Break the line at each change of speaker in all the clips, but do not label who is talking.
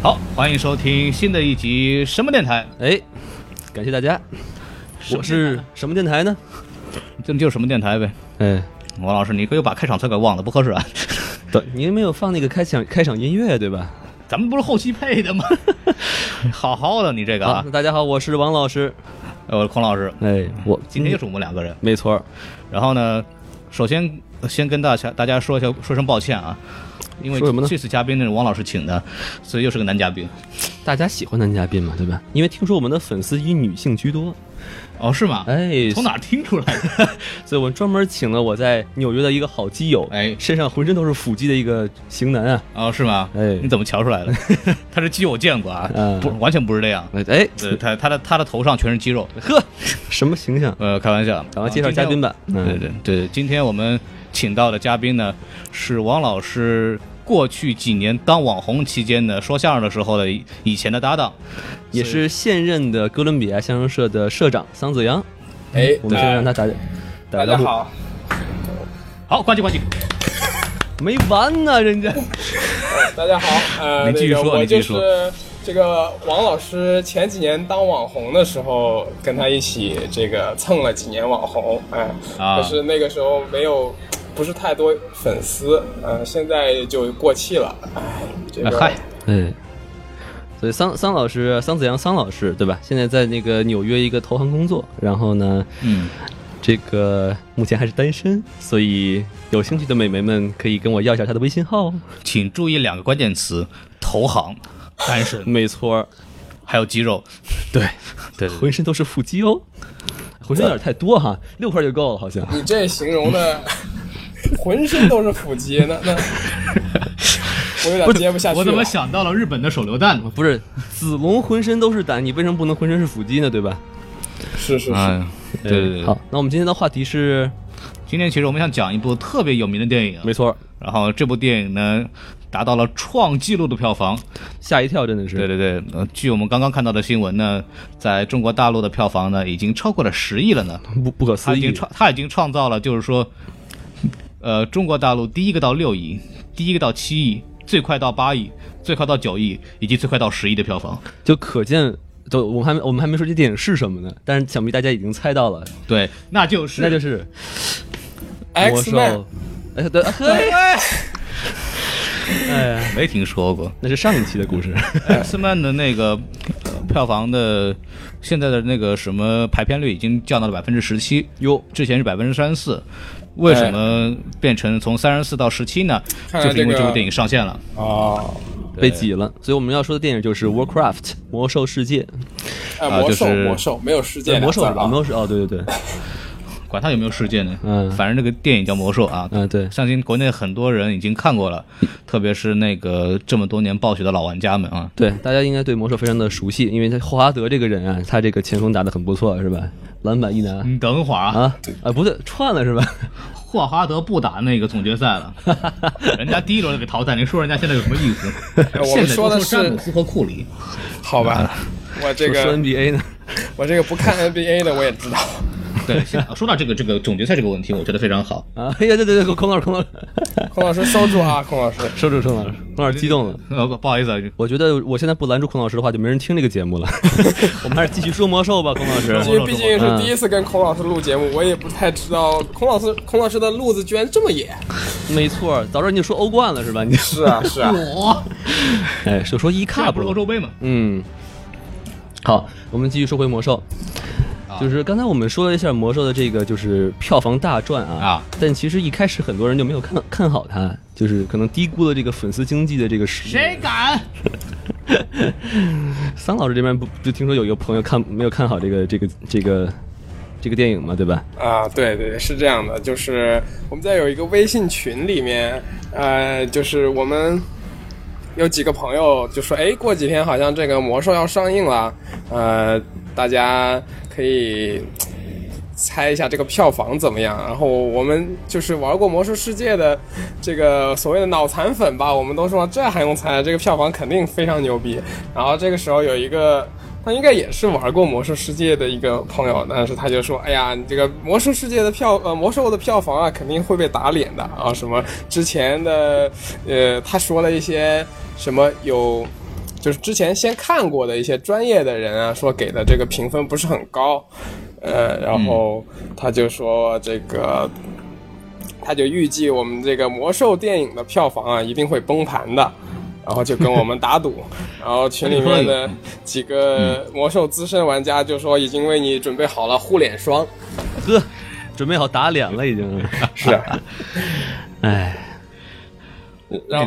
好，欢迎收听新的一集什么电台？
哎，感谢大家，我是什么电台呢？
这就是什么电台呗。
哎，
王老师，你可又把开场词给忘了，不合适啊。
对，您没有放那个开场开场音乐对吧？
咱们不是后期配的吗？ 好好的，你这个
啊
啊，，
大家好，我是王老师。
呃，孔老师，
哎，我
今天又是我们两个人。
没错儿，
然后呢，首先呃先跟大家大家说一下，说声抱歉啊，因为
说什么呢
这次嘉宾呢是王老师请的，所以又是个男嘉宾。
大家喜欢男嘉宾嘛，对吧？因为听说我们的粉丝以女性居多，
哦，是吗？
哎，
从哪儿听出来 的？
所以我们专门请了我在纽约的一个好基友，
哎
身上浑身都是腹肌的一个型男啊，
哦，是吗？
哎
你怎么瞧出来 的？他是基友，我见过啊，
嗯
不，完全不是这样。
哎 哎，
对，他他的他的头上全是肌肉。
呵，什么形象？
呃，开玩笑。
赶快介绍嘉宾吧。
啊。今天对
嗯，
对对，今天我们请到的嘉宾呢是王老师。过去几年当网红期间呢，说相声的时候的以以前的搭档，
也是现任的哥伦比亚相声社的社长桑子阳，
哎，
我们先让他打打
大
个招
家
呼。
好，
好，关机关机。
没完呢，人家
大家好，呃，
你继续
那个
说
我
你继
就
续
是
说
这个王老师前几年当网红的时候，跟他一起这个蹭了几年网红，哎、
啊
可是那个时候没有，不是太多粉丝，呃，现在就过气了，哎，这个、
嗨，
哎。所以桑桑老师，桑子阳桑老师，对吧？现在在那个纽约一个投行工作，然后呢，
嗯，
这个目前还是单身，所以有兴趣的美眉们可以跟我要一下他的微信号哦。
请注意两个关键词：投行、单 身，
没错，
还有肌肉。
对，
对
浑身都是腹肌哦，浑身有点太多哈，六块就够了好像。
你这形 容的浑身都是腹肌，那那我有点接不下去了。
想到了日本的手榴弹？
不是子龙浑身都是胆，你为什么不能浑身是腹肌呢？对吧？
是是是，
嗯，对对对。
好，，那我们今天的话题是，
今天其实我们想讲一部特别有名的电影，
没错，
然后这部电影呢达到了创纪录的票房。
吓一跳，真的
对
是。
对对，呃，据我们刚刚看到的新闻呢，在中国大陆的票房呢已经超过了十亿了呢，
不不可
它
思
已经
议，
创它已经创造了就是说，呃，中国大陆第一个到六亿，第一个到七亿，最快到八亿，最快到九亿，以及最快到十亿的票房。
就可见，就我们还没我们还没说这电影是什么呢，但是想必大家已经猜到了，
对，那就是
那就是魔
X
兽
Man，。
哎，对，嘿哎呀，
没听说过
那是上一期的故事。
X Man 的那个呃票房的现在的那个什么排片率已经降到了百分之十七，
哟，
之前是百分之三十四。为什么变成从三十四到十七呢？
看来
就是因为
这个
这部电影上线了。
哦，
被挤了，所以我们要说的电影就是《Warcraft》魔兽世界，
哎，
啊
魔
就
兽、
是
魔兽没有世界
对魔
两字
兽
儿
啊，
吧？
魔兽哦，对对对，
管它有没有世界呢，
嗯
反正这个电影叫《魔兽》啊，
嗯对
相信国内很多人已经看过了，特别是那个这么多年暴雪的老玩家们啊，
对，大家应该对魔兽非常的熟悉，因为他霍华德这个人啊，他这个前锋打得很不错，是吧？篮板一拿
你等会儿啊，
啊啊，不对，串了是吧？
霍华德不打那个总决赛 了，人家第一轮就给淘汰，你说人家现在有什么意思？
哎我
现
们
在
说
都
的
说詹姆
是
斯和库里，
好
啊
吧，我这
说
个
NBA 呢，
我这个不看 NBA 的我 也知道，
对， 现说到这个这个总决赛这个问题，我觉得非常 好。
啊，哎呀，对对对，孔老师，孔 老师，
孔老师收住啊，孔老师，
收住，孔老师，孔老师激动了。
呃，不好意思啊，
我觉得我现在不拦住孔老师的话，就没人听这个节目了。我们还是继续说魔兽吧，孔老师。
因为毕竟是第一次跟孔老师录节目，我也不太知道孔老师孔老师的路子居然这么野。
没错，早知道你就说欧冠了是吧？你
是啊，是啊，
我
哎，就说一
看
cup
哦不是欧洲杯嘛，
嗯，好，我们继续说回魔兽。就是刚才我们说了一下魔兽的这个就是票房大赚啊，
啊
但其实一开始很多人就没有看看好它，就是可能低估了这个粉丝经济的这个实力。
谁敢？
桑老师这边不就听说有一个朋友看没有看好这个这个这个这个电影嘛，对吧？
啊，对对，是这样的，就是我们在有一个微信群里面，呃，就是我们有几个朋友就说，哎，过几天好像这个魔兽要上映了，呃，大家可以猜一下这个票房怎么样。然后我们就是玩过《魔兽世界》的这个所谓的脑残粉吧，我们都说这还用猜，这个票房肯定非常牛逼。然后这个时候有一个。他应该也是玩过《魔兽世界》的一个朋友，但是他就说：“哎呀，你这个《魔兽世界》的票，呃，魔兽的票房啊，肯定会被打脸的啊！什么之前的，呃，他说了一些什么有，就是之前先看过的一些专业的人啊，说给的这个评分不是很高，呃，然后他就说这个。”他就预计我们这个魔兽电影的票房啊一定会崩盘的，然后就跟我们 打赌，然后群里面的几个魔兽资深玩家就说已经为你准备好了护脸霜，
呵，准备好打脸了已 经。
是啊，
哎，
然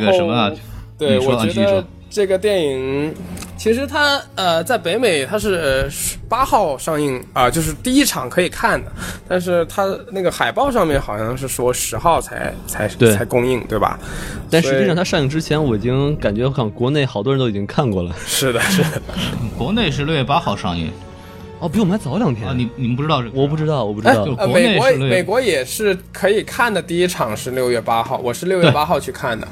那个什么啊
后对，
你说
我
啊
觉
继续
得
说
这个电影其实它呃在北美它是呃八号上映啊、就是第一场可以看的，但是它那个海报上面好像是说十号才才
对
才公映，对吧？
但实际
所以
上它上映之前，我已经感觉好像国内好多人都已经看过了。
是的，是的。
国内是六月八号上映
哦，比我们还早两天哎
啊，你你们不知道这个？
我不知道，我不知道
就。
呃，
国内
美国
是六
美
月
国也是可以看的第一场是六月八号，我是六月八号去看的。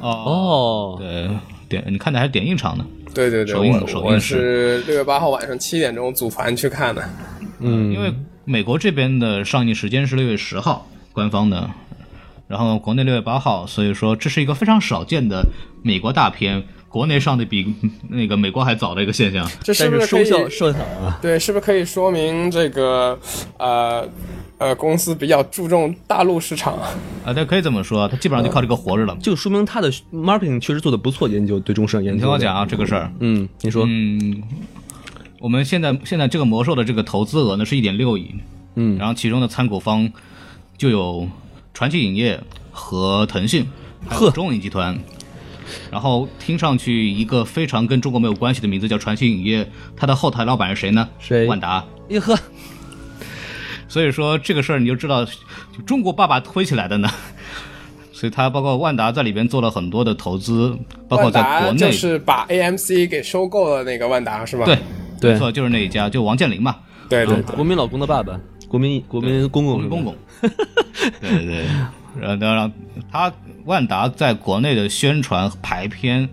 哦
哦，
对点，你看的还是点映场呢。
对对对，
首映
我
首映
我是六月八号晚上七点钟组团去看的。
嗯，
因为美国这边的上映时间是六月十号，官方的，然后国内六月八号，所以说这是一个非常少见的美国大片，国内上的比那个美国还早的一个现象。
这是
但是
不可
收
以？
效收效啊，
对，是不是可以说明这个呃呃公司比较注重大陆市场？
啊，对，可以这么说，它基本上就靠这个活着了。
就说明它的 marketing 确实做的不错，研究对中市场研
你
究。
听我讲，啊，这个事儿，
嗯，你说，
嗯，我们现在现在这个魔兽的这个投资额呢是一点六亿，
嗯
然后其中的参股方就有传奇影业和腾讯，还有中影集团。然后听上去一个非常跟中国没有关系的名字叫传奇影业，它的后台老板是谁呢？
谁
万达。
哟呵，
所以说这个事儿你就知道，就中国爸爸推起来的呢。 所以它包括万达在里边做了很多的投资，包括
万
在
达
国内
就，是把 AMC 给收购了那个万达是吗？
对，
对
没错，就是那一家，就王健林嘛，
对
嗯
对对
国民老公的爸爸，国民国民公
我
公
们
是吧
公公。 对对对，然后然后他万达在国内的宣传排片，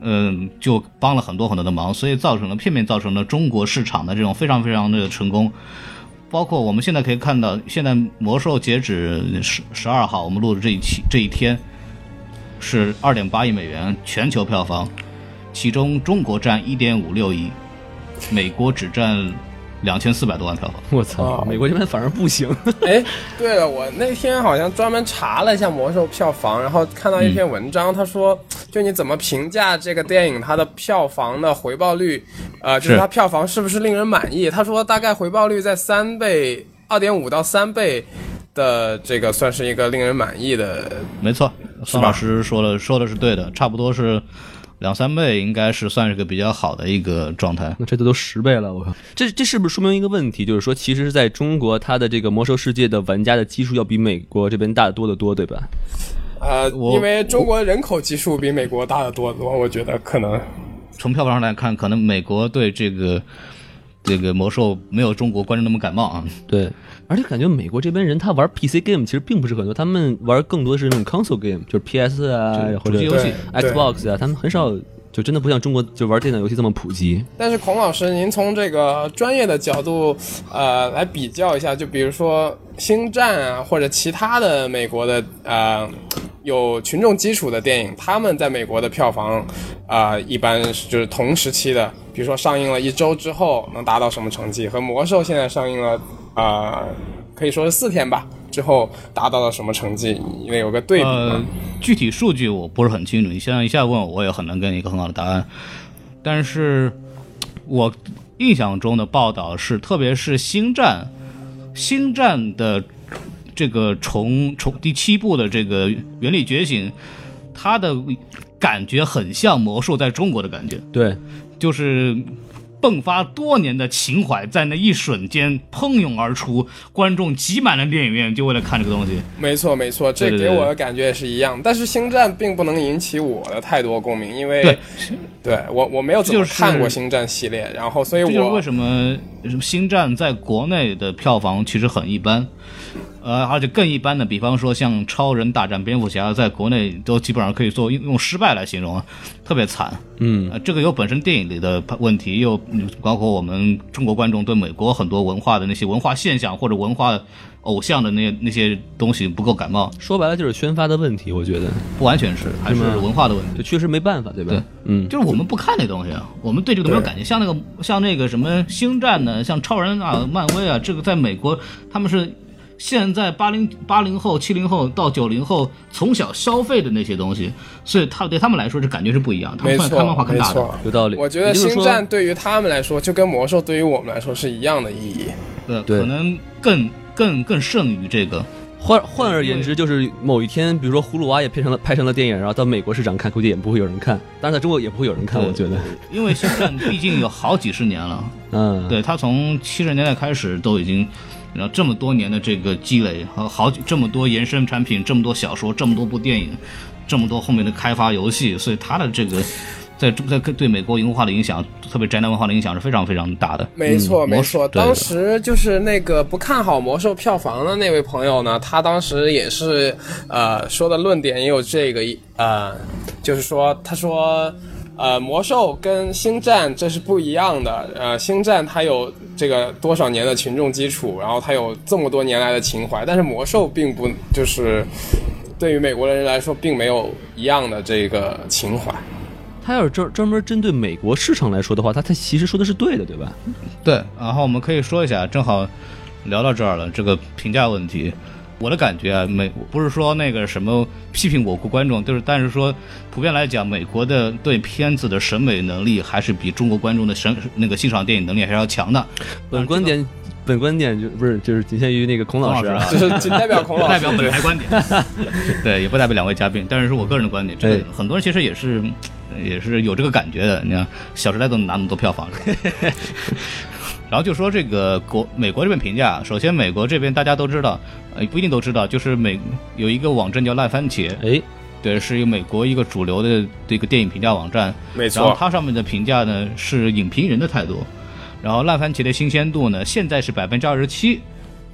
嗯，就帮了很多很多的忙，所以造成了片面造成了中国市场的这种非常非常的成功。包括我们现在可以看到，现在魔兽截止十十二号，我们录的这一期这一天是二点八亿美元全球票房，其中中国占一点五六亿，美国只占两千四百多万票房。
我操，
啊
哦
美国这边反而不行。
哎，对了，我那天好像专门查了一下魔兽票房，然后看到一
嗯
篇文章，他说，就你怎么评价这个电影它的票房的回报率，呃，就是
是
它票房是不是令人满意？他说大概回报率在三倍，二点五到三倍的这个算是一个令人满意的。
没错，
是吧
孙老师说了说的是对的，差不多是两三倍，应该是算是个比较好的一个状态。
那这都都十倍了，我靠！这这是不是说明一个问题？就是说，其实是在中国，它的这个魔兽世界的玩家的基数要比美国这边大得多得多，对吧？
呃，
我
因为中国人口基数比美国大得多得多，我觉得可能
从票房上来看，可能美国对这个这个魔兽没有中国观众那么感冒啊。
对，而且感觉美国这边人他玩 PC game 其实并不是很多，他们玩更多的是那种 console game，就是 PS 啊
就
或
主机
者
游戏
对对
Xbox 啊，他们很少就真的不像中国就玩电脑游戏这么普及。
但是孔老师，您从这个专业的角度，呃，来比较一下，就比如说《星战》啊，或者其他的美国的呃有群众基础的电影，他们在美国的票房，啊、一般是就是同时期的，比如说上映了一周之后能达到什么成绩，和《魔兽》现在上映了啊、呃可以说是四天吧之后达到了什么成绩，因为有个对比
呃
嘛。，
具体数据我不是很清楚，你现在一下问我，我也很难给你一个很好的答案。但是我印象中的报道是，特别是《星战》，《星战》的这个重重第七部的这个原力觉醒，它的感觉很像魔兽在中国的感觉，
对，
就是。迸发多年的情怀在那一瞬间喷涌而出，观众挤满了电影院，就为了看这个东西。
没错，没错，这
对对
给
对
我的感觉也是一样。但是《星战》并不能引起我的太多共鸣，因为
对
对我我没有怎么
就是
看过《星战》系列，然后所以
这就是为
我
什么《星战》在国内的票房其实很一般，呃，而且更一般的，比方说像《超人大战蝙蝠侠》，在国内都基本上可以做用失败来形容，啊特别惨。
嗯
呃，这个有本身电影里的问题，又包括我们中国观众对美国很多文化的那些文化现象或者文化偶像的那那些东西不够感冒，
说白了就是宣发的问题，我觉得
不完全是还是
是吗
文化的问题。
就确实没办法，对吧？
对
嗯，
就是我们不看那东西，啊我们对这个没有感觉。像那个像那个什么星战呢，像超人啊、漫威啊，这个在美国他们是现在八零八零后、七零后到九零后从小消费的那些东西，所以他对他们来说这感觉是不一样。他
没
们看
错
看漫画看
没
大的，
错。
有道理。
我觉得
也
《
就是
星
说
战》对于他们来说，就跟魔兽对于我们来说是一样的意义。
对，
对
可能更更更胜于这个。
换换而言之，就是某一天，比如说《葫芦娃》也拍成了拍成了电影，然后到美国市场看，估计也不会有人看，当然在中国也不会有人看，
对
我觉得。
因为星战毕竟有好几十年了，
嗯，，
对他从七十年代开始都已经，然后这么多年的这个积累和好几这么多延伸产品，这么多小说，这么多部电影，这么多后面的开发游戏，所以他的这个在在对美国文化的影响，特别宅男文化的影响是非常非常大的。
没错，
嗯
没
魔
错。
兽对
当时就是那个不看好魔兽票房的那位朋友呢，他当时也是呃说的论点也有这个一呃，就是说他说。呃，魔兽跟星战这是不一样的。呃，星战它有这个多少年的群众基础，然后它有这么多年来的情怀，但是魔兽并不就是对于美国人来说并没有一样的这个情怀。
他要是专专门针对美国市场来说的话，他他其实说的是对的，对吧？
对，然后我们可以说一下，正好聊到这儿了，这个评价问题。我的感觉啊，美不是说那个什么批评我国观众，就是但是说普遍来讲，美国的对片子的审美能力还是比中国观众的审那个欣赏电影能力还是要强的。
本观点，本观点就不是就是仅限于那个孔老师
孔
啊
老。师
就是仅 代表 孔
不
老
代
师，
表本台观点，对，也不代表两位嘉宾，但是是我个人的观点。这
哎
个很多人其实也是也是有这个感觉的。你看《小时代》都能拿那么多票房，是吧然后就说这个国美国这边评价，首先美国这边大家都知道，呃，不一定都知道，就是美有一个网站叫烂番茄，
哎，
对，是一个美国一个主流的这个电影评价网站。
没
然后它上面的评价呢是影评人的态度，然后烂番茄的新鲜度呢现在是百分之二十七，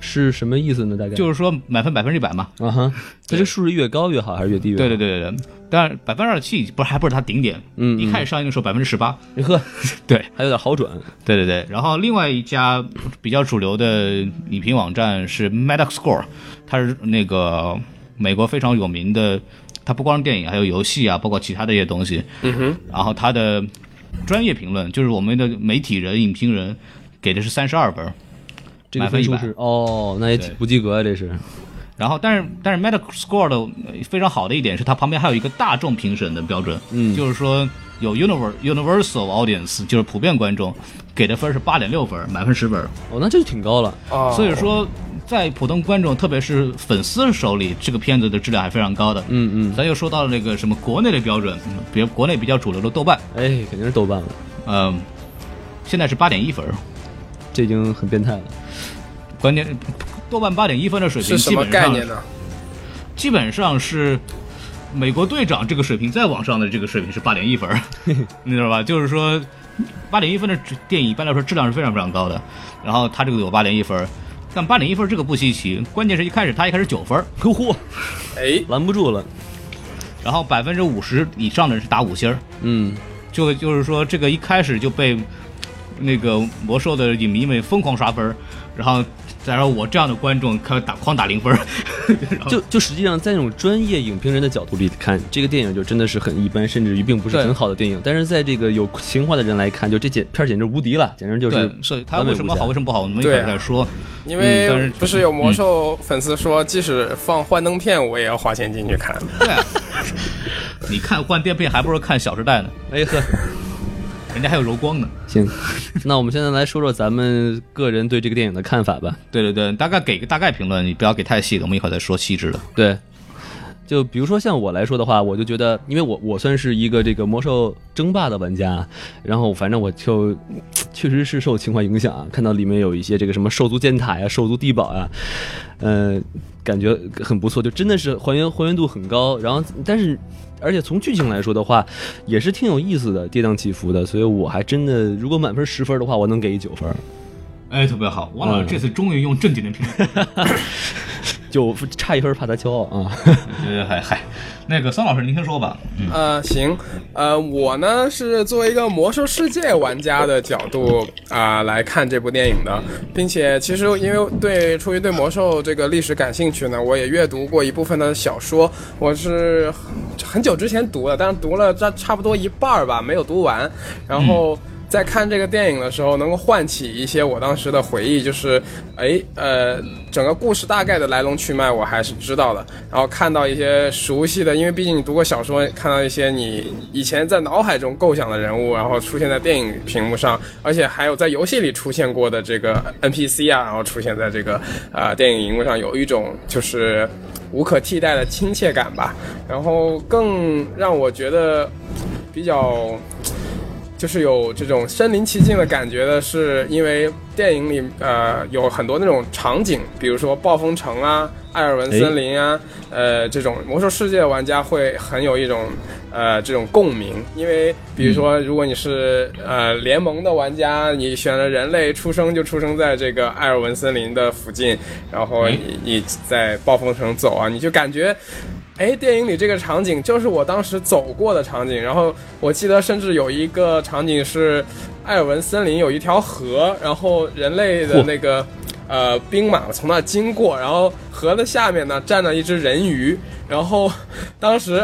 是什么意思呢？大概
就是说满分百分之一百嘛。
啊哈，它这个数值越高越好还是越低越好？
对对对对对，但百分之二十七不是还不是它顶点，
嗯
一开始上映的时候百分之十八，
对，哎呵，
对
还有点好转。
对对对。然后另外一家比较主流的影评网站是 Metascore，它是那个美国非常有名的，它不光是电影，还有游戏啊，包括其他的一些东西。嗯哼。然后它的专业评论就是我们的媒体人、影评人给的是三十二分，
这个
满分
分数
100
是哦，那也
对
不及格啊，这是。
然后，但是但是 Metascore 的呃非常好的一点是，它旁边还有一个大众评审的标准，嗯，就是说有 univer universal audience，就是普遍观众给的分是八点六分，满分十分。
哦，那这就挺高了。
哦
所以说，在普通观众，特别是粉丝手里，这个片子的质量还非常高的。
嗯嗯，
咱又说到了那个什么国内的标准，嗯比如国内比较主流的豆瓣，
哎，肯定是豆瓣了，
嗯、现在是八点一分，
这已经很变态了。
关键豆瓣八点一分的水平
是什
基
么
本
概
上
念呢？
基本上是美国队长这个水平再往上的这个水平是八点一分 儿，你知道吧？就是说八点一分的电影一般来说质量是非常非常高的，然后他这个有八点一分儿，但八点一分儿这个不稀奇，关键是一开始他一开始九分儿，
嚯，
哎，
拦不住了。
然后百分之五十以上的人是打五星儿，
嗯，
就就是说这个一开始就被那个魔兽的影迷们疯狂刷分儿，然后再说我这样的观众开始打狂打零分儿，然后
就就实际上，在那种专业影评人的角度里看，这个电影就真的是很一般，甚至于并不是
对
很好的电影。但是在这个有情怀的人来看，就这简片儿简直无敌了，简直就是
对，所以他
完美
为什么
无瑕
好，为什么不好，我们一会
对
儿
啊
再说。
因
嗯但
为
是
不是有魔兽粉丝说，即使放幻灯片，我也要花钱进去看。
对啊， 你看换电片还不如看《小时代》呢，
哎呵，
人家还有柔光呢。
行， 那我们现在来说说咱们个人对这个电影的看法吧。
对对对，大概给个大概评论，你不要给太细的，我们一会儿再说细致的。
对，就比如说像我来说的话，我就觉得，因为我我算是一个这个魔兽争霸的玩家，然后反正我就确确实是受情况影响啊，看到里面有一些这个什么兽族尖塔呀、兽族地堡呀，啊呃，感觉很不错，就真的是还原还原度很高。然后，但是而且从剧情来说的话，也是挺有意思的，跌宕起伏的。所以我还真的，如果满分十分的话，我能给一九分。
哎，特别好，王老师这次终于用正经的 评价，
就差一分怕他骄傲啊。
呃，嗨嗨，那个桑老师您先说吧。
呃，行，呃，我呢是作为一个魔兽世界玩家的角度啊、来看这部电影的，并且其实因为对出于对魔兽这个历史感兴趣呢，我也阅读过一部分的小说，我是很很久之前读的，但是读了差差不多一半儿吧，没有读完，然后。
嗯
在看这个电影的时候，能够唤起一些我当时的回忆，就是，哎，呃，整个故事大概的来龙去脉我还是知道的。然后看到一些熟悉的，因为毕竟你读过小说，看到一些你以前在脑海中构想的人物，然后出现在电影屏幕上，而且还有在游戏里出现过的这个 NPC 啊，然后出现在这个呃电影荧幕上，有一种就是无可替代的亲切感吧。然后更让我觉得比较。就是有这种身临其境的感觉的，是因为电影里呃有很多那种场景，比如说暴风城啊、艾尔文森林啊，呃这种魔兽世界的玩家会很有一种呃这种共鸣，因为比如说如果你是呃联盟的玩家，你选了人类出生就出生在这个艾尔文森林的附近，然后你你在暴风城走啊，你就感觉哎，电影里这个场景就是我当时走过的场景。然后我记得，甚至有一个场景是艾尔文森林有一条河，然后人类的那个呃兵马从那经过，然后河的下面呢站了一只人鱼。然后当时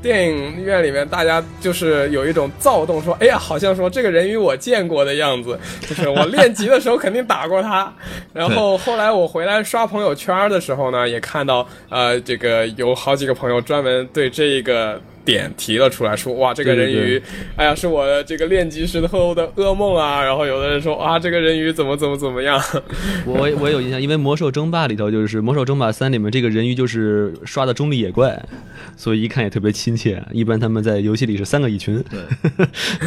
电影院里面大家就是有一种躁动，说：“哎呀，好像说这个人鱼我见过的样子，就是我练级的时候肯定打过他。”然后后来我回来刷朋友圈的时候呢，也看到呃，这个有好几个朋友专门对这个。点提了出来说，哇，这个人
对
鱼，
对
哎呀，是我这个练级时候的噩梦啊！然后有的人说，啊，这个人鱼怎么怎么怎么样，
我我也有印象，因为《魔兽争霸》里头就是《魔兽争霸三》里面这个人鱼就是刷的中立野怪，所以一看也特别亲切。一般他们在游戏里是三个一群。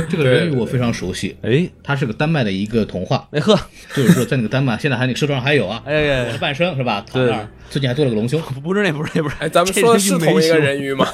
这个人鱼我非常熟悉，
哎
它是个丹麦的一个童话，
哎呵，
就是说在那个丹麦，现在还那个社庄还有 啊。
哎呀
我是半生是吧？躺那
对
儿，最近还做了个隆 胸。
不是那不是那不是，
哎，咱们说的是同一个人
鱼，
鱼吗？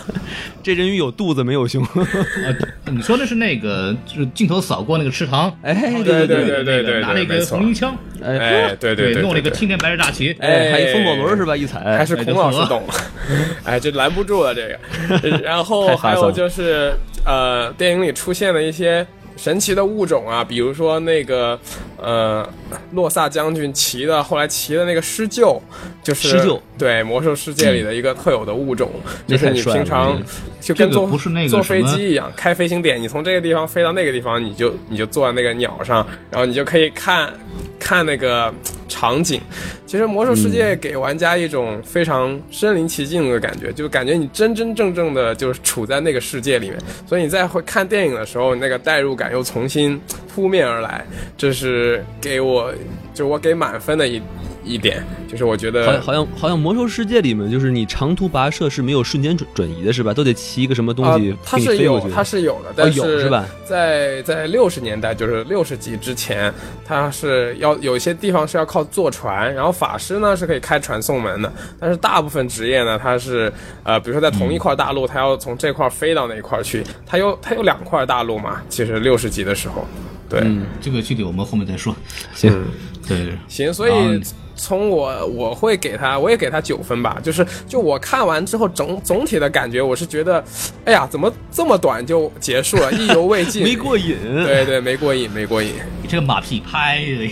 这人鱼有肚子没有胸？
啊，你说的是那个，就是镜头扫过那个池塘，
哎
然后
对
哦对
那个
对对对对
拿了一
没
个
错
红缨枪，
哎
哎
呵，
对对对，
弄了一个
对
青天白日大旗，
哎，还有风火轮是吧？一踩
还是孔老师懂。 哎，这拦不住了这个。呃然后还有就是呃，电影里出现的一些。神奇的物种啊，比如说那个，呃，洛萨将军骑的，后来骑的那个狮鹫，就是
狮鹫
对魔兽世界里的一个特有的物种，
那
就是
太
你
帅了
平常
这个
就跟
这个
坐、
不是那个
坐
什
飞
么
机一样，开飞行点，你从这个地方飞到那个地方，你就你就坐在那个鸟上，然后你就可以看看那个场景。其实魔兽世界给玩家一种非常身临其境的感觉，就感觉你真真正正的就是处在那个世界里面，所以你在会看电影的时候，那个代入感又重新扑面而来。这是给我就我给满分的一一点，就是我觉
好像
得
好像好像魔兽世界里面，就是你长途跋涉是没有瞬间转转移的，是吧？都得骑一个什么东
啊
西、，
它
给你
是
飞过
有
去。哦
它是有的，但
有是吧
在在六十年代，就是六十级之前，它是要有一些地方是要靠坐船，然后法师呢是可以开船送门的，但是大部分职业呢，它是呃，比如说在
嗯
同一块大陆，它要从这块飞到那一块去，它有它有两块大陆嘛，其实六十级的时候，对，
嗯
这个具体我们后面再说。嗯
行，
对，
行，所以
嗯
从我我会给他，我也给他九分吧。就是就我看完之后总总体的感觉，我是觉得，哎呀，怎么这么短就结束了，意犹未 尽，
没过瘾。
对对，没过瘾，没过瘾。
你这个马屁拍的，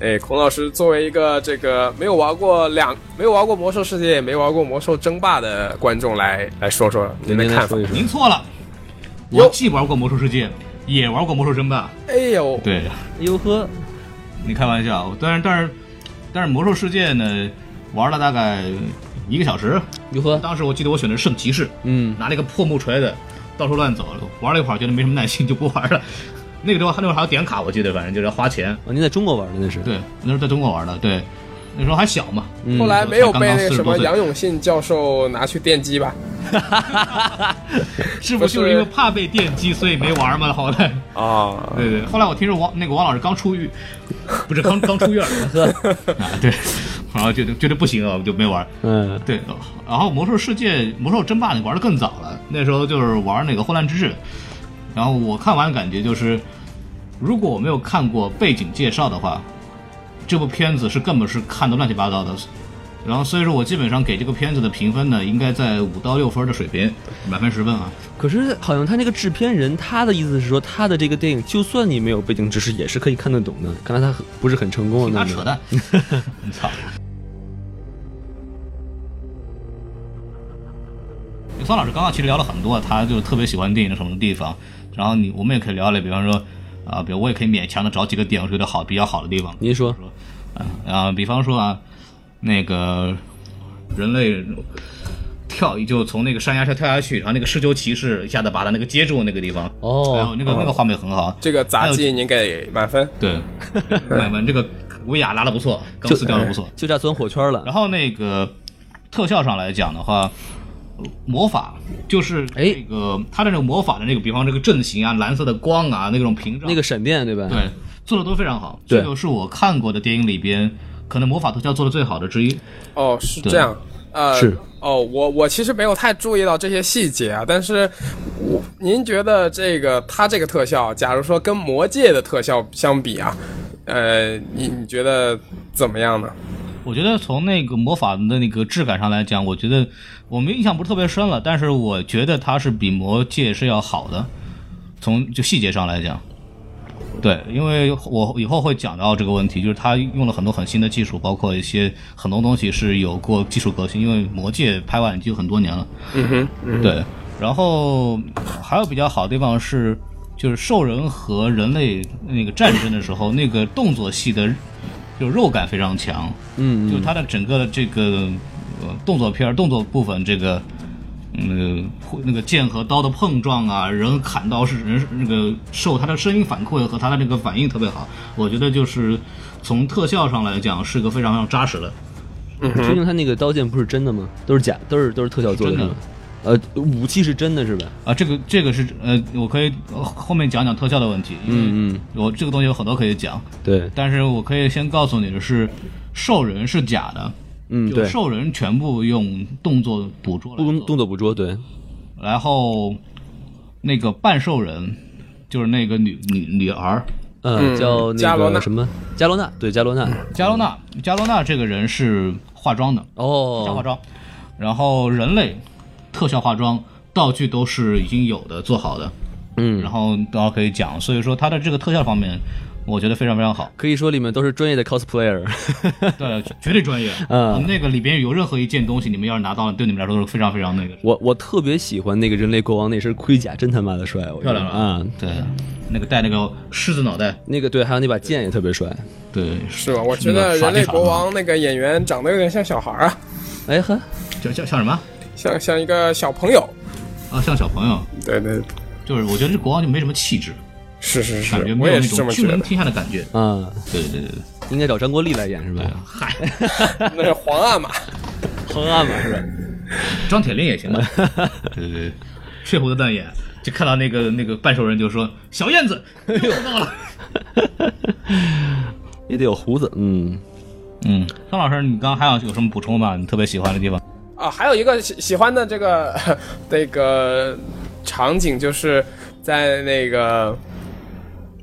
哎，孔老师作为一个这个没有玩过两没有玩过魔兽世界，也没玩过魔兽争霸的观众来来说说您的
您来
看法
说。一说。
您错了。
哟
我既玩过魔兽世界，也玩过魔兽争霸。
哎呦，
对，
哟呵，
你开玩笑，但是但是但是魔兽世界呢，玩了大概一个小时。
哟呵，
当时我记得我选的是圣骑士，
嗯，
拿了一个破木锤子到处乱走，玩了一会儿觉得没什么耐心就不玩了。
哦
那个时候那会儿还有点卡，我记得，反正就是要花钱。
啊，您在中国玩的那是？嗯
对，那是在中国玩的，对。那时候还小嘛，
后来没有被那
刚刚
个什
四十多
么
岁
杨永信教授拿去电击吧？
是不是就是因为怕被电击，所以没玩嘛？后来，
啊，
对对，后来我听说王那个王老师刚出狱， 不是刚刚出院呵 啊，对， 然后觉得觉得不行啊，我就没玩。
嗯
对，然后魔兽世界、魔兽争霸那玩的更早了，那时候就是玩那个混乱之治，然后我看完感觉就是，如果我没有看过背景介绍的话，这部片子是根本是看的乱七八糟的。然后所以说我基本上给这个片子的评分呢，应该在五到六分的水平，满分十分啊。
可是好像他那个制片人，他的意思是说，他的这个电影，就算你没有背景知识，也是可以看得懂的。看来他很不是很成功啊，
他
那
扯
种。
淡，你操！桑老师刚刚其实聊了很多，他就特别喜欢电影的什么地方，然后你我们也可以聊聊，比方说啊，比如我也可以勉强的找几个点我觉得好比较好的地方，
您说，
啊，比方说啊，那个人类跳就从那个山崖上跳下去，然后那个狮鹫骑士一下子把他那个接住那个地方，
哦
还有那个那个画面很好，
这个杂技您给满分？
对，满分这个维亚拉的不错，钢丝掉的不错，
就这钻火圈了。
然后那个特效上来讲的话，呃魔法就是
哎
那个它的那个魔法的那个，比方这个阵型啊、蓝色的光啊、那种屏障，
那个闪电，对吧？
对做的都非常好。
对
这个是我看过的电影里边，可能魔法特效做的最好的之一。
哦，是
对
这样，呃，
是
哦，我我其实没有太注意到这些细节啊，但是我您觉得这个它这个特效，假如说跟《魔戒》的特效相比啊，呃，你你觉得怎么样呢？
我觉得从那个魔法的那个质感上来讲，我觉得我们印象不是特别深了，但是我觉得它是比魔界是要好的，从就细节上来讲。对，因为我以后会讲到这个问题，就是它用了很多很新的技术，包括一些很多东西是有过技术革新。因为魔界拍完已经很多年了，
嗯哼，
对。然后还有比较好的地方是，就是兽人和人类那个战争的时候，那个动作戏的，就肉感非常强。
嗯，嗯
就它的整个的这个、呃、动作片儿动作部分，这个嗯会那个剑和刀的碰撞啊，人砍刀是人那个受它的声音反馈和它的这个反应特别好，我觉得就是从特效上来讲是个非常非常扎实的。
究竟他那个刀剑不是真的吗？都是假，都是都是特效做
是真
的是
的
吗？呃，武器是真的是吧？
啊，这个这个是呃，我可以呃后面讲讲特效的问题，因为
嗯
我这个东西有很多可以讲，
对，
但是我可以先告诉你的是，兽人是假的，
嗯
就
对，
兽人全部用动作捕捉来
不
做
动作捕捉，对，
然后那个半兽人，就是那个女女女儿
嗯，
嗯
叫那
加罗
个
纳
什么加罗纳，对加罗纳，
加罗纳，加罗纳这个人是化妆的，假化
哦，
妆，然后人类特效化妆道具都是已经有的做好的，
嗯
然，后等会儿可以讲，所以说他的这个特效方面，我觉得非常非常
，
好
可以说里面都是专业的 cosplayer，
对，绝对专业。
嗯
那个里边有任何一件东西，你们要是拿到了，对你们来说都是非常非常那个
我我特别喜欢那个人类国王那身盔甲，真他妈的帅，我觉
漂
得
亮了
啊！
对，那个戴那个狮子脑袋，
那个对，还有那把剑也特别帅。
对，
是吧？我觉
那
得
个耍
人类
地
国
法
王那个演员长得有点像小孩儿啊，
哎呵，
叫叫像什么？
像像一个小朋友。
啊，像小朋友，
对对，
就是我觉得这国王就没什么气质。
是是
感觉
是，
没
我
有
也
那
是这
种
么
君
觉
临
得。
天下的 感觉。
啊，
对对对对，
应该找张国立来演是吧？
嗨，
那是皇阿玛，
横按嘛是吧？
张铁林也 行吧？对对对，血红的瞪眼，就看到那个那个半兽人就说：“小燕子又到 了。
也得有胡子，嗯，”
嗯，张老师，你刚刚还有有什么补充吗？你特别喜欢的地方？
啊，还有一个喜喜欢的这个那个场景，就是在那个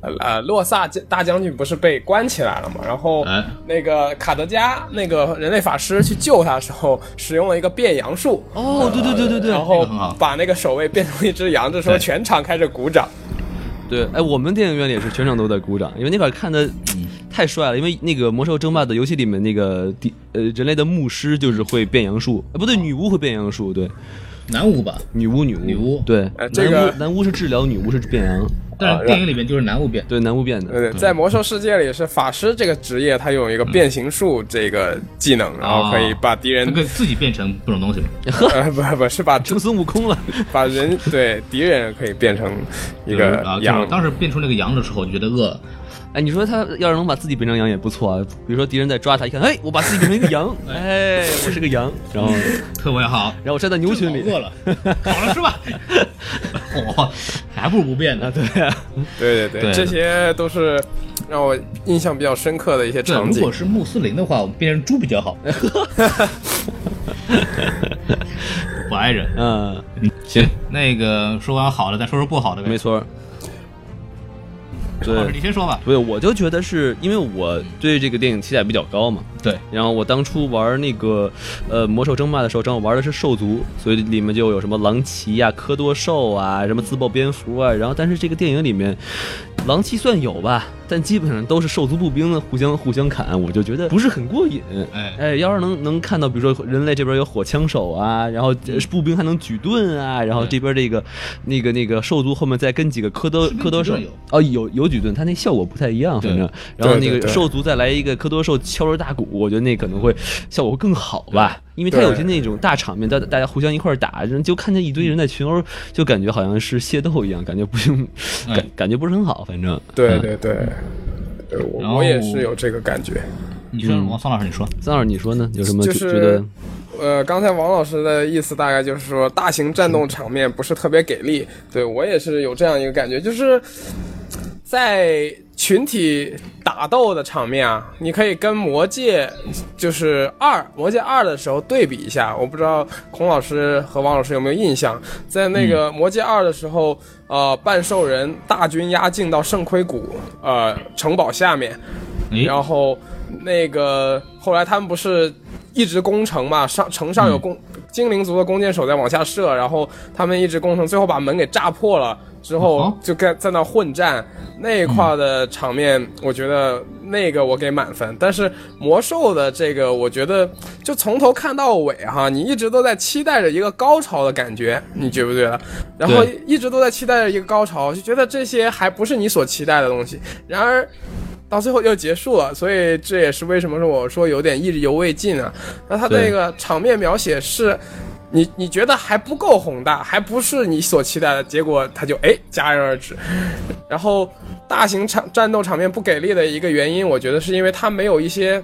呃呃洛萨将大将军不是被关起来了嘛，然后
哎
那个卡德加那个人类法师去救他的时候，使用了一个变羊术，
哦，对对对对
然
对
哎这
后
个很好
把那个守卫变成一只羊，这时候
对
全场开始鼓掌。
对，哎，我们电影院里也是全场都在鼓掌，因为那块儿看的太帅了，因为那个《魔兽争霸》的游戏里面那个第呃人类的牧师就是会变羊术，哎，不对，女巫会变羊术，对，
南巫吧，
女巫女巫
女巫
对，
哎
男
这个
巫男巫是治疗，女巫是变羊，
啊
但是电影里面就是南巫变。
对，男巫变的，
对，呃在魔兽世界里是法师这个职业，他有一个变形术这个技能，然后可以把敌人
嗯哦他可以自己变成各种东西嘛？
呃不不是把
成孙悟空了，
把人 对敌人可以变成一
就是
个
啊，就是
羊，
当时变出那个羊的时候，就觉得饿了，
哎，你说他要是能把自己变成羊也不错啊。比如说敌人在抓他，一看，哎，我把自己变成一个羊， 哎，我是个羊，然后
特别好。
然后我站在牛群里
真， 好饿了，好了是吧？我还不如不
啊
变呢。对
对对
对
对，这些都是让我印象比较深刻的一些
对，
场
如
景
果。是穆斯林的话，我们变成猪比较好。 我爱人。
嗯，
行，那个说完好的，再说说不好的呗。
没错儿，
老师
对
你。先说吧。
不是，我就觉得是因为我对这个电影期待比较高嘛，
对，
然后我当初玩那个呃魔兽争霸的时候，正好玩的是兽族，所以里面就有什么狼骑啊、科多兽啊、什么自爆蝙蝠啊。然后但是这个电影里面，狼骑算有吧，但基本上都是兽族步兵的互相互相砍，我就觉得不是很过瘾。
哎
哎，要是能能看到，比如说人类这边有火枪手啊，然后呃步兵还能举盾啊，然后这边这个那个那个兽族后面再跟几个科多
士兵
科多
举
兽
盾有
哦，有有举盾，它那效果不太一样，反正。然后那
对
个
对
兽族再来一个科多兽敲锣打鼓，我觉得那可能会效果会更好吧，因为它
对
有些那种大场面，大大家互相一块儿打，人就看见一堆人在群殴，就感觉好像是械斗一样，感觉不行，
哎
感感觉不是很好，反正。
对
嗯，
对对，对
然
我
后
我也是有这个感觉。
你说，王桑老师，你说。
三二你说呢？有什么
就
觉
是
觉得？
呃，刚才王老师的意思大概就是说，大型战斗场面不是特别给力。对我也是有这样一个感觉，就是在群体打斗的场面啊，你可以跟《魔戒》就是二《魔戒二》的时候对比一下。我不知道孔老师和王老师有没有印象，在那个《
嗯
魔戒二》的时候，呃，半兽人大军压境到圣盔谷呃城堡下面，
哎，
然后那个后来他们不是一直攻城嘛，上城上有弓、精灵族的弓箭手在往下射，然后他们一直攻城，最后把门给炸破了。之
哦
后就在在那混战那一块的场面，我觉得那个我给满分。但是魔兽的这个，我觉得就从头看到尾哈，你一直都在期待着一个高潮的感觉，你觉不觉得？然后
对
一直都在期待着一个高潮，就觉得这些还不是你所期待的东西。然而到最后又结束了，所以这也是为什么说我说有点意犹未尽啊。那他
对
那个场面描写是，你你觉得还不够宏大，还不是你所期待的，结果他就哎戛然而止。然后大型场战斗场面不给力的一个原因，我觉得是因为它没有一些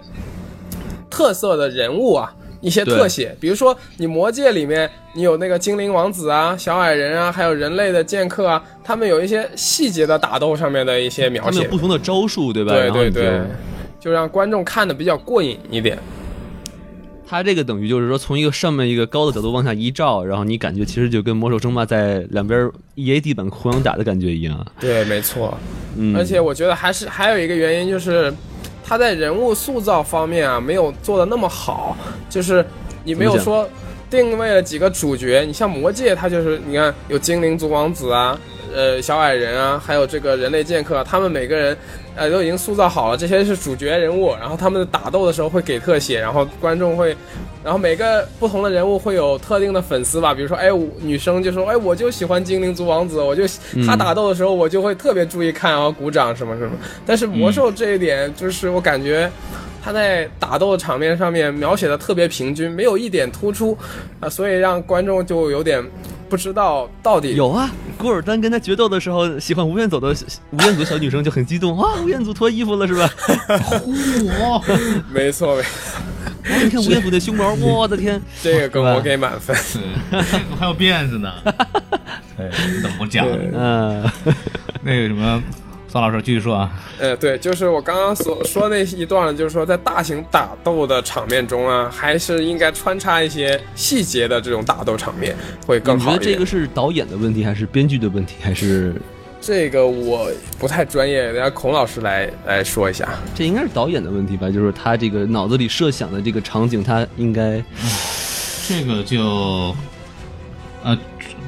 特色的人物啊。一些
对
特写，比如说你《魔戒》里面，你有那个精灵王子啊、小矮人啊，还有人类的剑客啊，他们有一些细节的打斗上面的一些描
他们
写
有，不同的招数，对吧？
对
然后
对
你就
对，就让观众看的比较过瘾一点。
它这个等于就是说，从一个上面一个高的角度往下一照，然后你感觉其实就跟《魔兽争霸》在两边 EA 地板互相打的感觉一样。
对，没错。
嗯，
而且我觉得还是还有一个原因就是，他在人物塑造方面啊没有做的那么好，就是你没有
怎
说定位了几个主角，你像魔戒，它就是你看有精灵族王子啊，呃小矮人啊，还有这个人类剑客啊，他们每个人呃都已经塑造好了，这些是主角人物，然后他们打斗的时候会给特写，然后观众会。然后每个不同的人物会有特定的粉丝吧，比如说，哎，我女生就说，哎，我就喜欢精灵族王子，我就他打斗的时候，我就会特别注意看，然后鼓掌什么什么。但是魔兽这一点，就是我感觉他在打斗场面上面描写的特别平均，没有一点突出，啊、所以让观众就有点不知道到底
有啊，古尔丹跟他决斗的时候，喜欢吴彦祖的吴彦祖小女生就很激动啊，哇吴彦祖脱衣服了是 吧？
嚯！
没错，没
哇哎你看吴彦祖那胸 毛，我的天！
这个给
是吧
我给满分。
我还有辫子呢。哎，怎么讲？
嗯、
那个什么，桑老师继续说啊。
呃，对，就是我刚刚所说那一段，就是说在大型打斗的场面中啊，还是应该穿插一些细节的这种打斗场面会更
你觉
好
得
一
这
点。
个是导演的问题，还是编剧的问题，还是
这个我不太专业，让孔老师来来说一下。
这应该是导演的问题吧？就是他这个脑子里设想的这个场景，他应该
这个就，呃，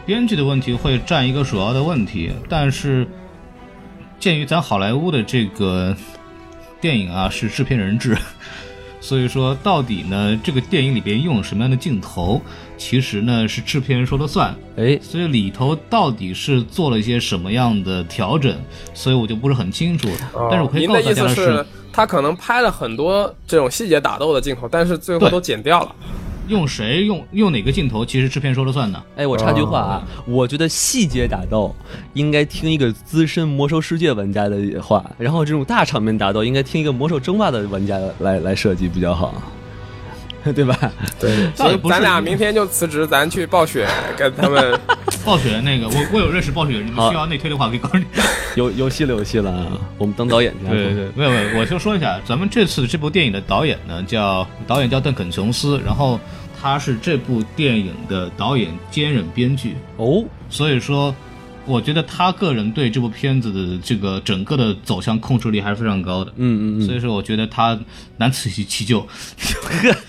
编剧的问题会占一个主要的问题，但是鉴于咱好莱坞的这个电影啊是制片人制，所以说到底呢这个电影里边用什么样的镜头，其实呢是制片人说了算，
哎，
所以里头到底是做了一些什么样的调整，所以我就不是很清楚。但是我可以
您
告
的
诉大
意
家
思
的
是，他可能拍了很多这种细节打斗的镜头，但是最后
对
都剪掉了。
用谁用用哪个镜头，其实制片说了算的。
哎，我插句话啊，我觉得细节打斗应该听一个资深魔兽世界玩家的话，然后这种大场面打斗应该听一个魔兽争霸的玩家来来设计比较好， 对吧？
对，
倒也
行
不，是
咱俩明天就辞职，咱去暴雪跟他 们
暴雪那个，我我有认识暴雪人，你
好
需要内推的话可以告诉你。
有有戏了，有戏了啊，我们当导演去 啊。
对对，没有没有，我就说一下，咱们这次这部电影的导演呢，叫呃导演叫邓肯·琼斯，然后他是这部电影的导演兼任编剧，
哦，
所以说，我觉得他个人对这部片子的这个整个的走向控制力还是非常高的。
嗯嗯嗯，
所以说，我觉得他难辞其其咎。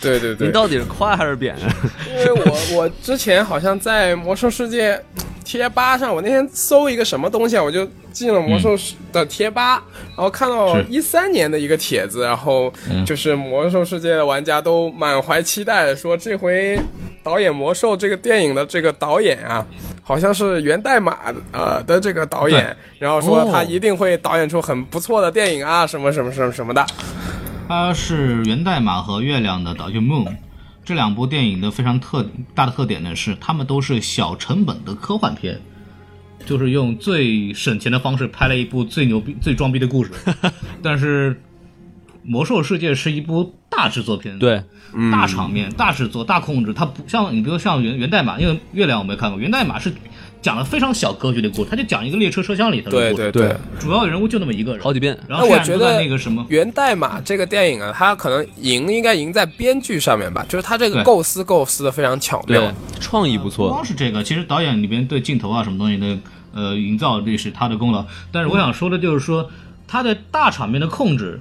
对对对
你，到底是夸还是贬？啊
因为我 我之前好像在魔兽世界贴吧上，我那天搜一个什么东西啊，我就进了魔兽世的贴吧，然后看到
是
一三年的一个帖子，然后就是魔兽世界的玩家都满怀期待地说，这回导演魔兽这个电影的这个导演啊，好像是源代码的呃的这个导演，然后说
哦
他一定会导演出很不错的电影啊，什么什么什么什么的。
他是《源代码》和《月亮的导演 Moon》这两部电影的非常特大的特点呢是，他们都是小成本的科幻片，就是用最省钱的方式拍了一部最牛逼、最装逼的故事。但是，《魔兽世界》是一部大制作片，，
对，
大场面、大制作、大控制。它不像你，比如像源源代码，因为月亮我没看过，源代码是讲了非常小格局的故事，它就讲一个列车车厢里头的
对
故事，
对
对
主要人物就那么一个人，
好几遍。
然后
那我
剩下人
觉
都在
得
那个什么
《源代码》这个电影啊，它可能赢应该赢在编剧上面吧，就是它这个
对
构思构思的非常巧妙
对。，创意不
不
错
光。是这个，其实导演里边对镜头啊什么东西的呃营造，这是他的功劳。但是我想说的就是说，他对大场面的控制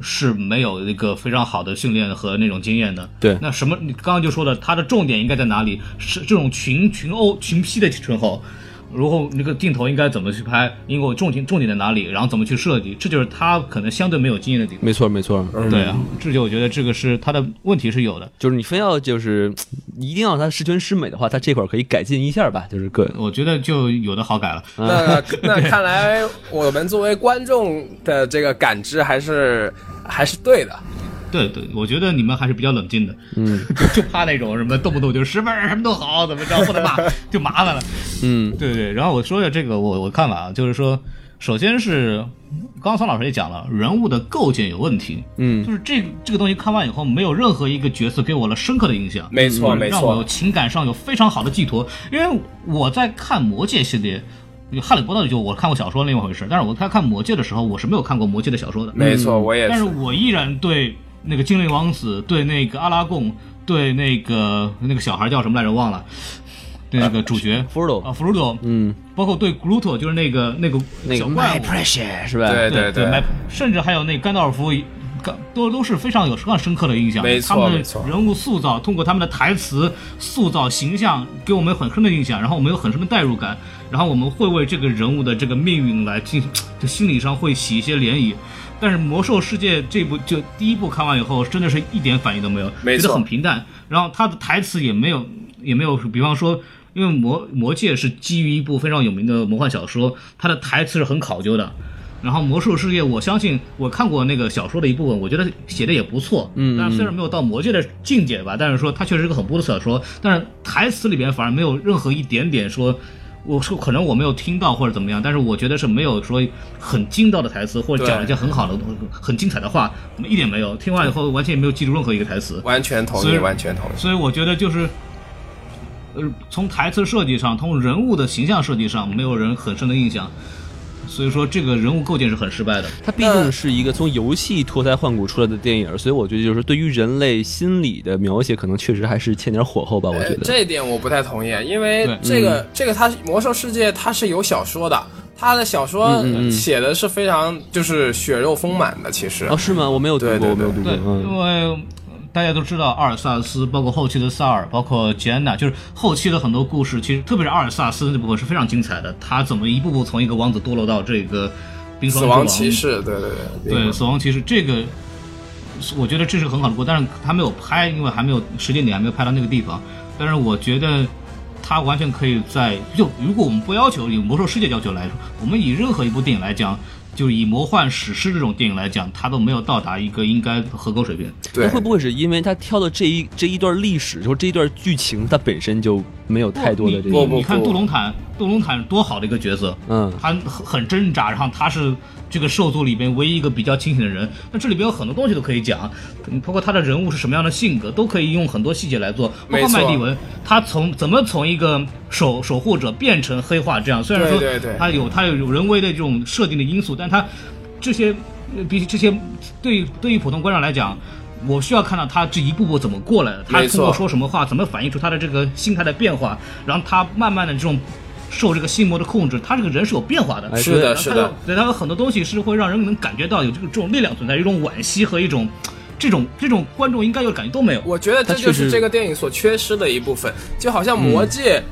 是没有一个非常好的训练和那种经验的。
对
那什么你刚刚就说的，他的重点应该在哪里？是这种群群殴群批的时候。然后那个镜头应该怎么去拍？因为我重点重点在哪里？然后怎么去设计？这就是他可能相对没有经验的地方。
没错，没错，
对啊，这就我觉得这个是他的问题是有的。
就是你非要就是一定要它十全十美的话，它这块儿可以改进一下吧，就是个
我觉得就有的好改了。
那那看来我们作为观众的这个感知还是还是对的。
对对，我觉得你们还是比较冷静的，嗯， 就怕那种什么动不动就十分儿什么都好，怎么着不能骂就麻烦了，
嗯，
对对。然后我说一下这个我我看法啊，就是说，首先是刚刚桑老师也讲了，人物的构建有问题，
嗯，
就是这这个东西看完以后，没有任何一个角色给我了深刻的印象，
没错没
嗯让我有
错，
情感上有非常好的寄托，因为我在看《魔戒》系列。《哈利波特》就我看过小说那一回事，但是我在看《魔戒》的时候，我是没有看过《魔戒》的小说的。
没错，我也
嗯但
是
是。我依然对那个精灵王子，对那个阿拉贡，对那个那个小孩叫什么来着，忘了，对那个主角
福尔斗
啊，弗鲁多，
嗯，
包括对 Gruto，就是那个那个
那个
小怪
My
物，
Precious 是吧？
对
对
对
My- 甚至还有那甘道尔夫。甘都都是非常有非常深刻的印象，
没错
他们
没错
的人物塑造，通过他们的台词塑造形象，给我们很深的印象，然后我们有很深的代入感，然后我们会为这个人物的这个命运来进，就心理上会起一些涟漪。但是《魔兽世界》这部就第一部看完以后，真的是一点反应都没有，
没错
觉得很平淡。然后他的台词也没有，也没有，比方说，因为魔《魔戒》是基于一部非常有名的魔幻小说，它的台词是很考究的。然后《魔兽世界》，我相信我看过那个小说的一部分，我觉得写的也不错。嗯，但是虽然没有到《魔戒》的境界吧，但是说它确实是个很不错的小说。但是台词里边反而没有任何一点点说，我说可能我没有听到或者怎么样，但是我觉得是没有说很精到的台词，或者
对
讲了一些很好的、很精彩的话，一点没有。听完以后完全也没有记住任何一个台词。
完全同
所
意，
以
完全同意。
所以我觉得就是，呃，从台词设计上，从人物的形象设计上，没有人很深的印象，所以说这个人物构建是很失败的。
它毕竟是一个从游戏脱胎换骨出来的电影，所以我觉得就是对于人类心理的描写，可能确实还是欠点火候吧。我觉
呃
得，
这一点我不太同意，啊因为
对
这个、这个它是魔兽世界它是有小说的，它的小说写的是非常就是血肉丰满的，其实。
哦，是吗？我没有读
对
过，我
对
没有读过
对，，
嗯
因为大家都知道阿尔萨斯，包括后期的萨尔，包括吉安娜，就是后期的很多故事，其实特别是阿尔萨斯那部分是非常精彩的，他怎么一步步从一个王子堕落到这个冰霜
死
之王
亡骑士，对对对，
对，死亡骑士这个，我觉得这是很好的过，但是他没有拍，因为还没有时间点还没有拍到那个地方。但是我觉得他完全可以在就如果我们不要求以魔兽世界要求来说，我们以任何一部电影来讲，就是以魔幻史诗这种电影来讲，它都没有到达一个应该合格水平。
对
那，会不会是因为他挑的这一这一段历史，就是这一段剧情，它本身就没有太多的这
你
个
不不
你看杜隆坦，杜隆坦多好的一个角色，
嗯
他很很挣扎，然后他是这个兽族里边唯一一个比较清醒的人。那这里边有很多东西都可以讲，嗯包括他的人物是什么样的性格，都可以用很多细节来做。包
没
括
错
麦迪文，他从怎么从一个守守护者变成黑化这样，虽然说
对对对
他有他有人为的这种设定的因素，但他这些呃比起这些对于对于普通观众来讲。我需要看到他这一步步怎么过来的，他
没错
通过说什么话，怎么反映出他的这个心态的变化，然后他慢慢的这种受这个心魔的控制，他这个人是有变化的，
哎
是
对
的，是的，
对，它有很多东西是会让人能感觉到有这个这种力量存在，一种惋惜和一种这种这种观众应该有的感觉都没有。
我觉得这就
它确
是
实嗯
这个电影所缺失的一部分，就好像《魔戒》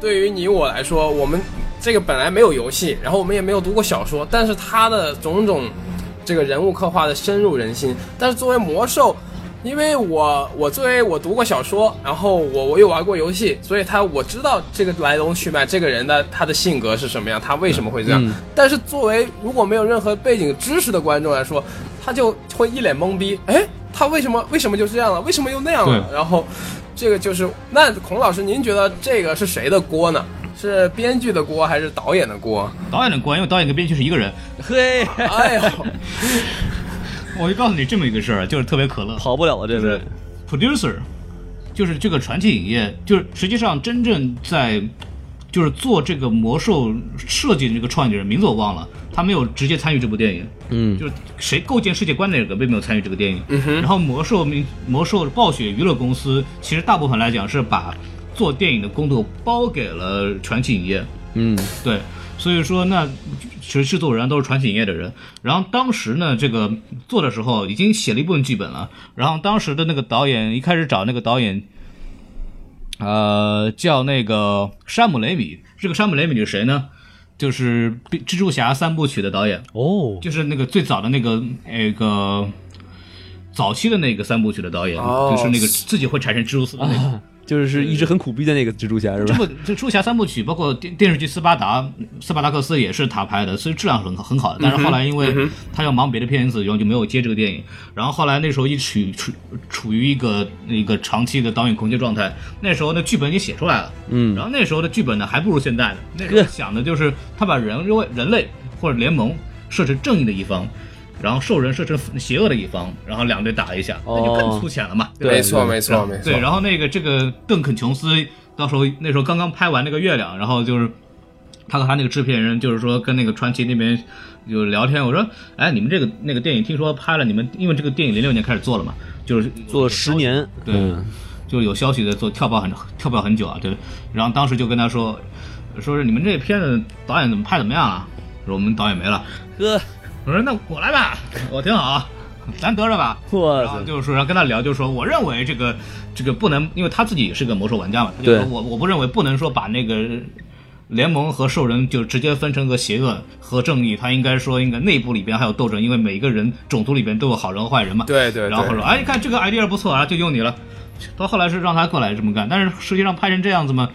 对于你我来说，我们这个本来没有游戏，然后我们也没有读过小说，但是它的种种这个人物刻画的深入人心。但是作为魔兽，因为我我作为我读过小说，然后我我又玩过游戏，所以他我知道这个来龙去脉，这个人的他的性格是什么样，他为什么会这样。
嗯
但是作为如果没有任何背景知识的观众来说，他就会一脸懵逼，哎，他为什么为什么就这样了？为什么又那样了？然后这个就是那孔老师，您觉得这个是谁的锅呢？是编剧的锅还是导演的锅？
导演的关，因为导演跟编剧是一个人。
嘿，
哎呦，
我就告诉你这么一个事儿，就是特别可乐
跑不了了，这位。
，producer，就是这个传奇影业，就是实际上真正在就是做这个魔兽设计的这个创意的人，名字我忘了，他没有直接参与这部电影。
嗯，
就是谁构建世界观的那个并没有参与这个电影。
嗯
然后魔兽明魔兽暴雪娱乐公司其实大部分来讲是把做电影的工作包给了传奇影业。
嗯，
对，所以说那其实制作人都是传奇影业的人。然后当时呢，这个做的时候已经写了一部分剧本了。然后当时的那个导演一开始找那个导演，呃，叫那个山姆雷米。这个山姆雷米是谁呢？就是蜘蛛侠三部曲的导演。
哦，
就是那个最早的那个那个早期的那个三部曲的导演，
哦
就是那个自己会产生蜘蛛丝的那个。
就是一直很苦逼的那个蜘蛛侠是
这
吧？
部这《蜘蛛侠》三部曲，包括电电视剧《斯巴达》，斯巴达克斯也是他拍的，所以质量很很好的。但是后来因
嗯
为他要忙别的片子，然后就没有接这个电影。然后后来那时候一处处处于一个一个长期的导演空缺状态，那时候那剧本已经写出来了，
嗯
然后那时候的剧本呢还不如现在的。那时候想的就是他把人为人类或者联盟设成正义的一方。然后兽人设成邪恶的一方，然后两队打一下，那就
哦
更粗浅了嘛，对吧？
没错，
对
没错，没错
对，。然后那个这个邓肯琼斯到时候那时候刚刚拍完那个月亮，然后就是他和他那个制片人就是说跟那个传奇那边就聊天，我说哎你们这个那个电影听说拍了，你们因为这个电影零六年开始做了嘛，就是
做了十年，
对
嗯
就有消息的做跳票很跳票很久啊，对。然后当时就跟他说，说是你们这片子导演怎么拍怎么样啊？说我们导演没了，
哥，
我说那我来吧，我挺好，咱得着吧。
哇
然后
啊
塞，
就是说，然后跟他聊，就是说，我认为这个这个不能，因为他自己也是个魔兽玩家嘛，他就说
对
我我不认为不能说把那个联盟和兽人就直接分成个邪恶和正义，他应该说应该内部里边还有斗争，因为每一个人种族里边都有好人和坏人嘛。
对对对
然后说，哎，你看这个 idea 不错啊，就用你了。到后来是让他过来这么干，但是实际上拍成这样子嘛，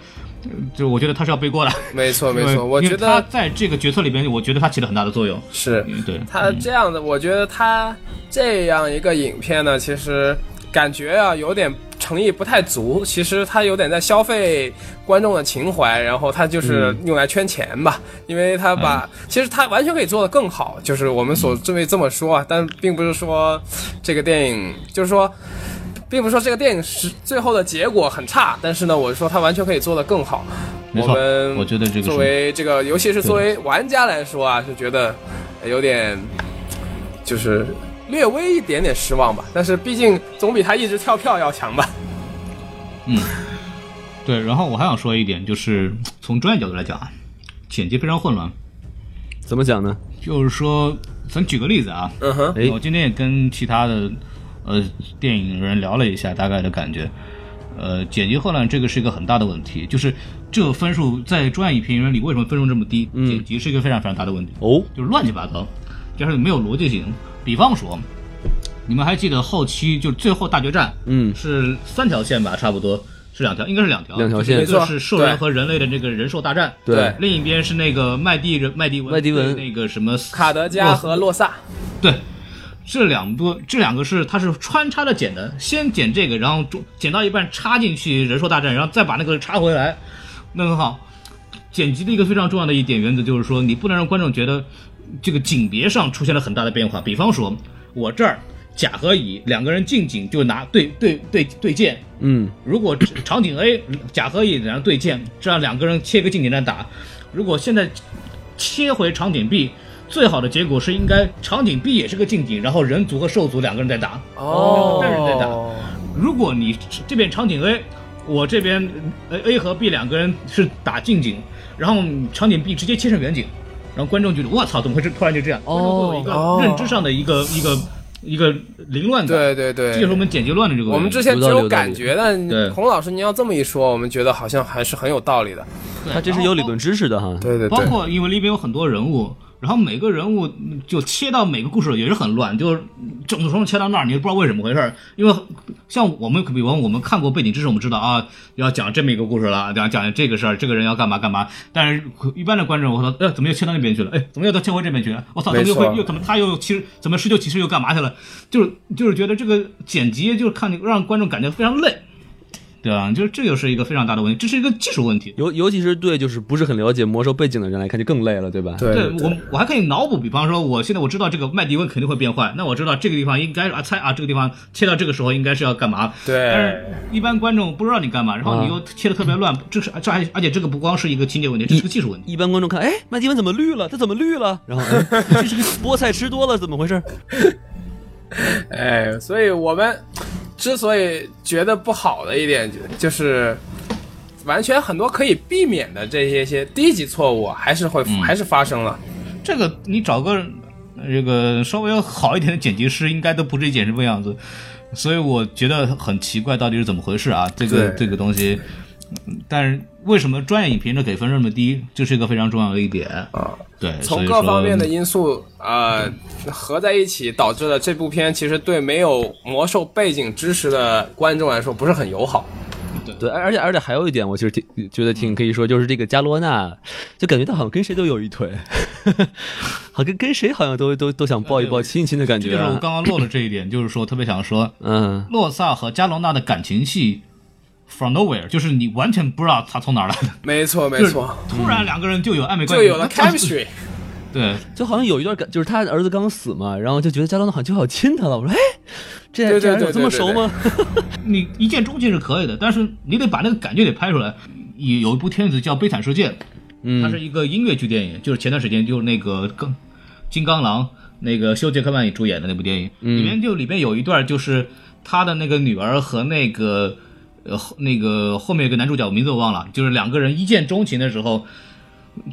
呃就我觉得他是要背锅的。
没错，没
因为
错，我
因为
觉
他
得
在这个决策里边，我觉得他起了很大的作用。
是
嗯对，
他这样的，我觉得他这样一个影片呢，其实感觉啊有点诚意不太足。其实他有点在消费观众的情怀，然后他就是
嗯
用来圈钱吧，因为他把其实他完全可以做得更好，就是我们所这么这么说啊，但并不是说这个电影，就是说。并不是说这个电影是最后的结果很差，但是呢，我说它完全可以做得更好。
没
我
错
们
我觉得这个是
作为这个，尤其是作为玩家来说啊，是觉得有点就是略微一点点失望吧。但是毕竟总比他一直跳票要强吧。
对，然后我还想说一点，就是从专业角度来讲啊，剪辑非常混乱。
怎么讲呢？
就是说，咱举个例子啊，
嗯哼，
哎
我今天也跟其他的呃电影人聊了一下，大概的感觉，呃，剪辑混乱这个是一个很大的问题，就是这个分数在专业影评人里为什么分数这么低？剪辑是一个非常非常大的问题，
哦，
就是乱七八糟，就是没有逻辑性。比方说，你们还记得后期就最后大决战，
嗯
是三条线吧，差不多。是两条，应该是两条，
两条
就是
线
一个
没错
是兽人
对
和人类的这个人兽大战，
对
另一边是那个麦地人麦迪文
麦迪文
对那个什么斯
卡德加和洛萨，
对，这两部这两个是它是穿插着剪的，先剪这个，然后中剪到一半插进去人兽大战，然后再把那个插回来，那很好。剪辑的一个非常重要的一点原则就是说，你不能让观众觉得这个景别上出现了很大的变化。比方说，我这儿甲和乙两个人近景就拿对对对对剑，
嗯，
如果场景 A 甲和乙两人对剑，这样两个人切个近景战打。如果现在切回场景 B，最好的结果是应该场景 B 也是个近景，然后人族和兽族两个人在打。
哦
但是对的如果你这边场景 A，我这边呃 A 和 B 两个人是打近景，然后场景 B 直接切成远景，然后观众就觉得我操，怎么会这突然就这样？观众会有一
哦
个认知上的一个一个一个凌乱感。
对对对，
这就是我们剪辑乱的这个问题。
我们之前只有感觉，
对
但孔老师您要这么一说，我们觉得好像还是很有道理的。
对
他这是
然后
有理论知识的哈。
对对
包
对，
括因为里边有很多人物，然后每个人物就切到每个故事也是很乱，就是整个从切到那儿，你也不知道为什么回事儿。因为像我们，比方我们看过背景知识，我们知道啊，要讲这么一个故事了，啊讲讲这个事儿，这个人要干嘛干嘛。但是一般的观众，我说，呃，怎么又切到那边去了？哎，怎么又到切回这边去了？我操，怎么又
没错
会又怎么他又骑怎么施救骑士又干嘛去了？就是就是觉得这个剪辑就是看你让观众感觉非常累。对啊，就是这就是一个非常大的问题，这是一个技术问题。
尤尤其是对就是不是很了解魔兽背景的人来看就更累了，对吧？
对
对我，我还可以脑补，比方说，我现在我知道这个麦迪文肯定会变坏，那我知道这个地方应该啊猜啊，这个地方切到这个时候应该是要干嘛？
对
但是一般观众不知道你干嘛，然后你又切的特别乱，这是这还而且这个不光是一个情节问题，这是个技术问题。
一般观众看，哎，麦迪文怎么绿了？他怎么绿了？然后，哎 这是个菠菜吃多了，怎么回事？
哎，所以我们之所以觉得不好的一点，就就是完全很多可以避免的这些些低级错误，还是会、
嗯
还是发生了。
这个你找个呃这个稍微好一点的剪辑师，应该都不至于剪成这个样子。所以我觉得很奇怪，到底是怎么回事啊？这个
对
这个东西，嗯但是为什么专业影评的给分这么低，这是一个非常重要的一点啊。对，所
从
以
各
说
方面的因素呃合在一起，导致了这部片其实对没有魔兽背景知识的观众来说不是很友好。
对，而而且而且还有一点，我其实挺觉得挺可以说，就是这个加罗娜，就感觉他好像跟谁都有一 腿，好跟跟谁好像都都都想抱一抱、亲一亲的感
这
觉
就是我
啊、
刚刚漏了这一点，就是说特别想说，
嗯，
洛萨和加隆纳的感情戏 from nowhere，就是你完全不知道他从哪儿来的，
没错，没
就是
错，
突然两个人就有暧昧关
嗯就
系，
有了 chemistry。
对，
就好像有一段感，就是他儿子刚死嘛，然后就觉得加罗娜好像就好亲他了。我说，哎，这
对对
这俩人有
对
这么
对
熟吗？
你一见钟情是可以的，但是你得把那个感觉得拍出来。有有一部片子叫《悲惨世界》，
嗯
它是一个音乐剧电影，就是前段时间就是那个更金刚狼那个休·杰克曼也主演的那部电影，
嗯
里面就里面有一段就是他的那个女儿和那个呃后那个后面有个男主角我名字我忘了，就是两个人一见钟情的时候。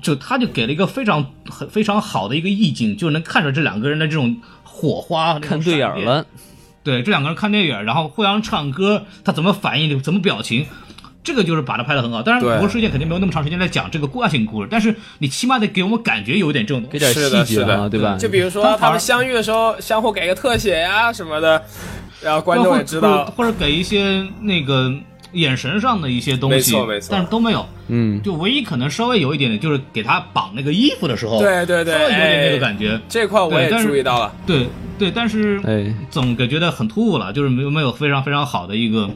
就他就给了一个非常很非常好的一个意境，就能看着这两个人的这种火花，
看对眼
那种
儿
闪电
了，
对，这两个人看电影，然后互相唱歌，他怎么反应，怎么表情，这个就是把它拍的很好。当然，
对
《魔兽世界》肯定没有那么长时间来讲这个故爱情故事，但是你起码得给我们感觉有一点这种东
给
西。
点
是
细
的
节
是的
啊，对吧？
就比如
他
说
反而
他们相遇的时候，相互给个特写呀、什么的，然后观众也知
或者
道。
或者给一些那个眼神上的一些东西，
没错没错
但是都没有。
嗯，
就唯一可能稍微有一点点，就是给他绑那个衣服的时候，
对对对
稍微有点那个
哎
感觉。
这块我也
对但是
注意到了，
对对，但是
哎
总感觉得很突兀了，就是没有没有非常非常好的一个。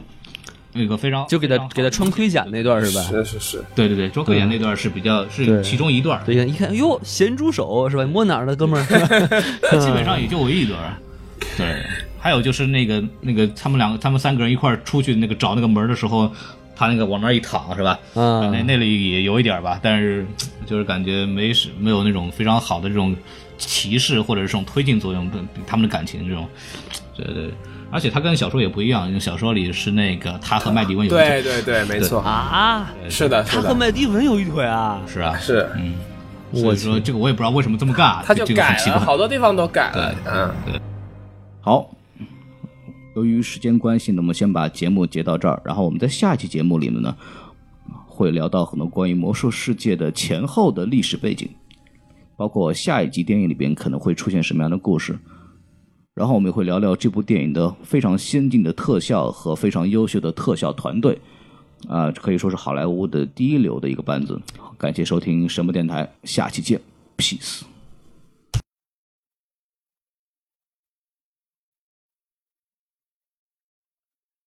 一个非常
就给
非
他
常好
给他穿盔甲那段是吧？
是是，
对对对，周克演那段是比较
对
是其中一段，
对，一看，哟，咸猪手是吧？摸哪儿了，哥 们儿？
基本上也就我一段。对，还有就是那个那个他们两个他们三个人一块儿出去那个找那个门儿的时候，他那个往那儿一躺是吧？
啊
那那里也有一点儿吧，但是就是感觉没是没有那种非常好的这种歧视或者是这种推进作用，他们的感情这种，对对。而且他跟小说也不一样，因为小说里是那个他和麦迪文有一腿，
对对对，没错，
啊，
是的，
他
是
和
的，
麦迪文有一腿啊！
是啊，
是，
所以说这个我也不知道为什么这么干啊，
他就
这个很
改
奇怪
了，。好多地方都改了，嗯。
好，由于时间关系呢，我们先把节目截到这儿，然后我们在下期节目里面呢，会聊到很多关于魔兽世界的前后的历史背景，包括下一集电影里边可能会出现什么样的故事。然后我们也会聊聊这部电影的非常先进的特效和非常优秀的特效团队，啊、可以说是好莱坞的第一流的一个班子。感谢收听神木电台，下期见，peace。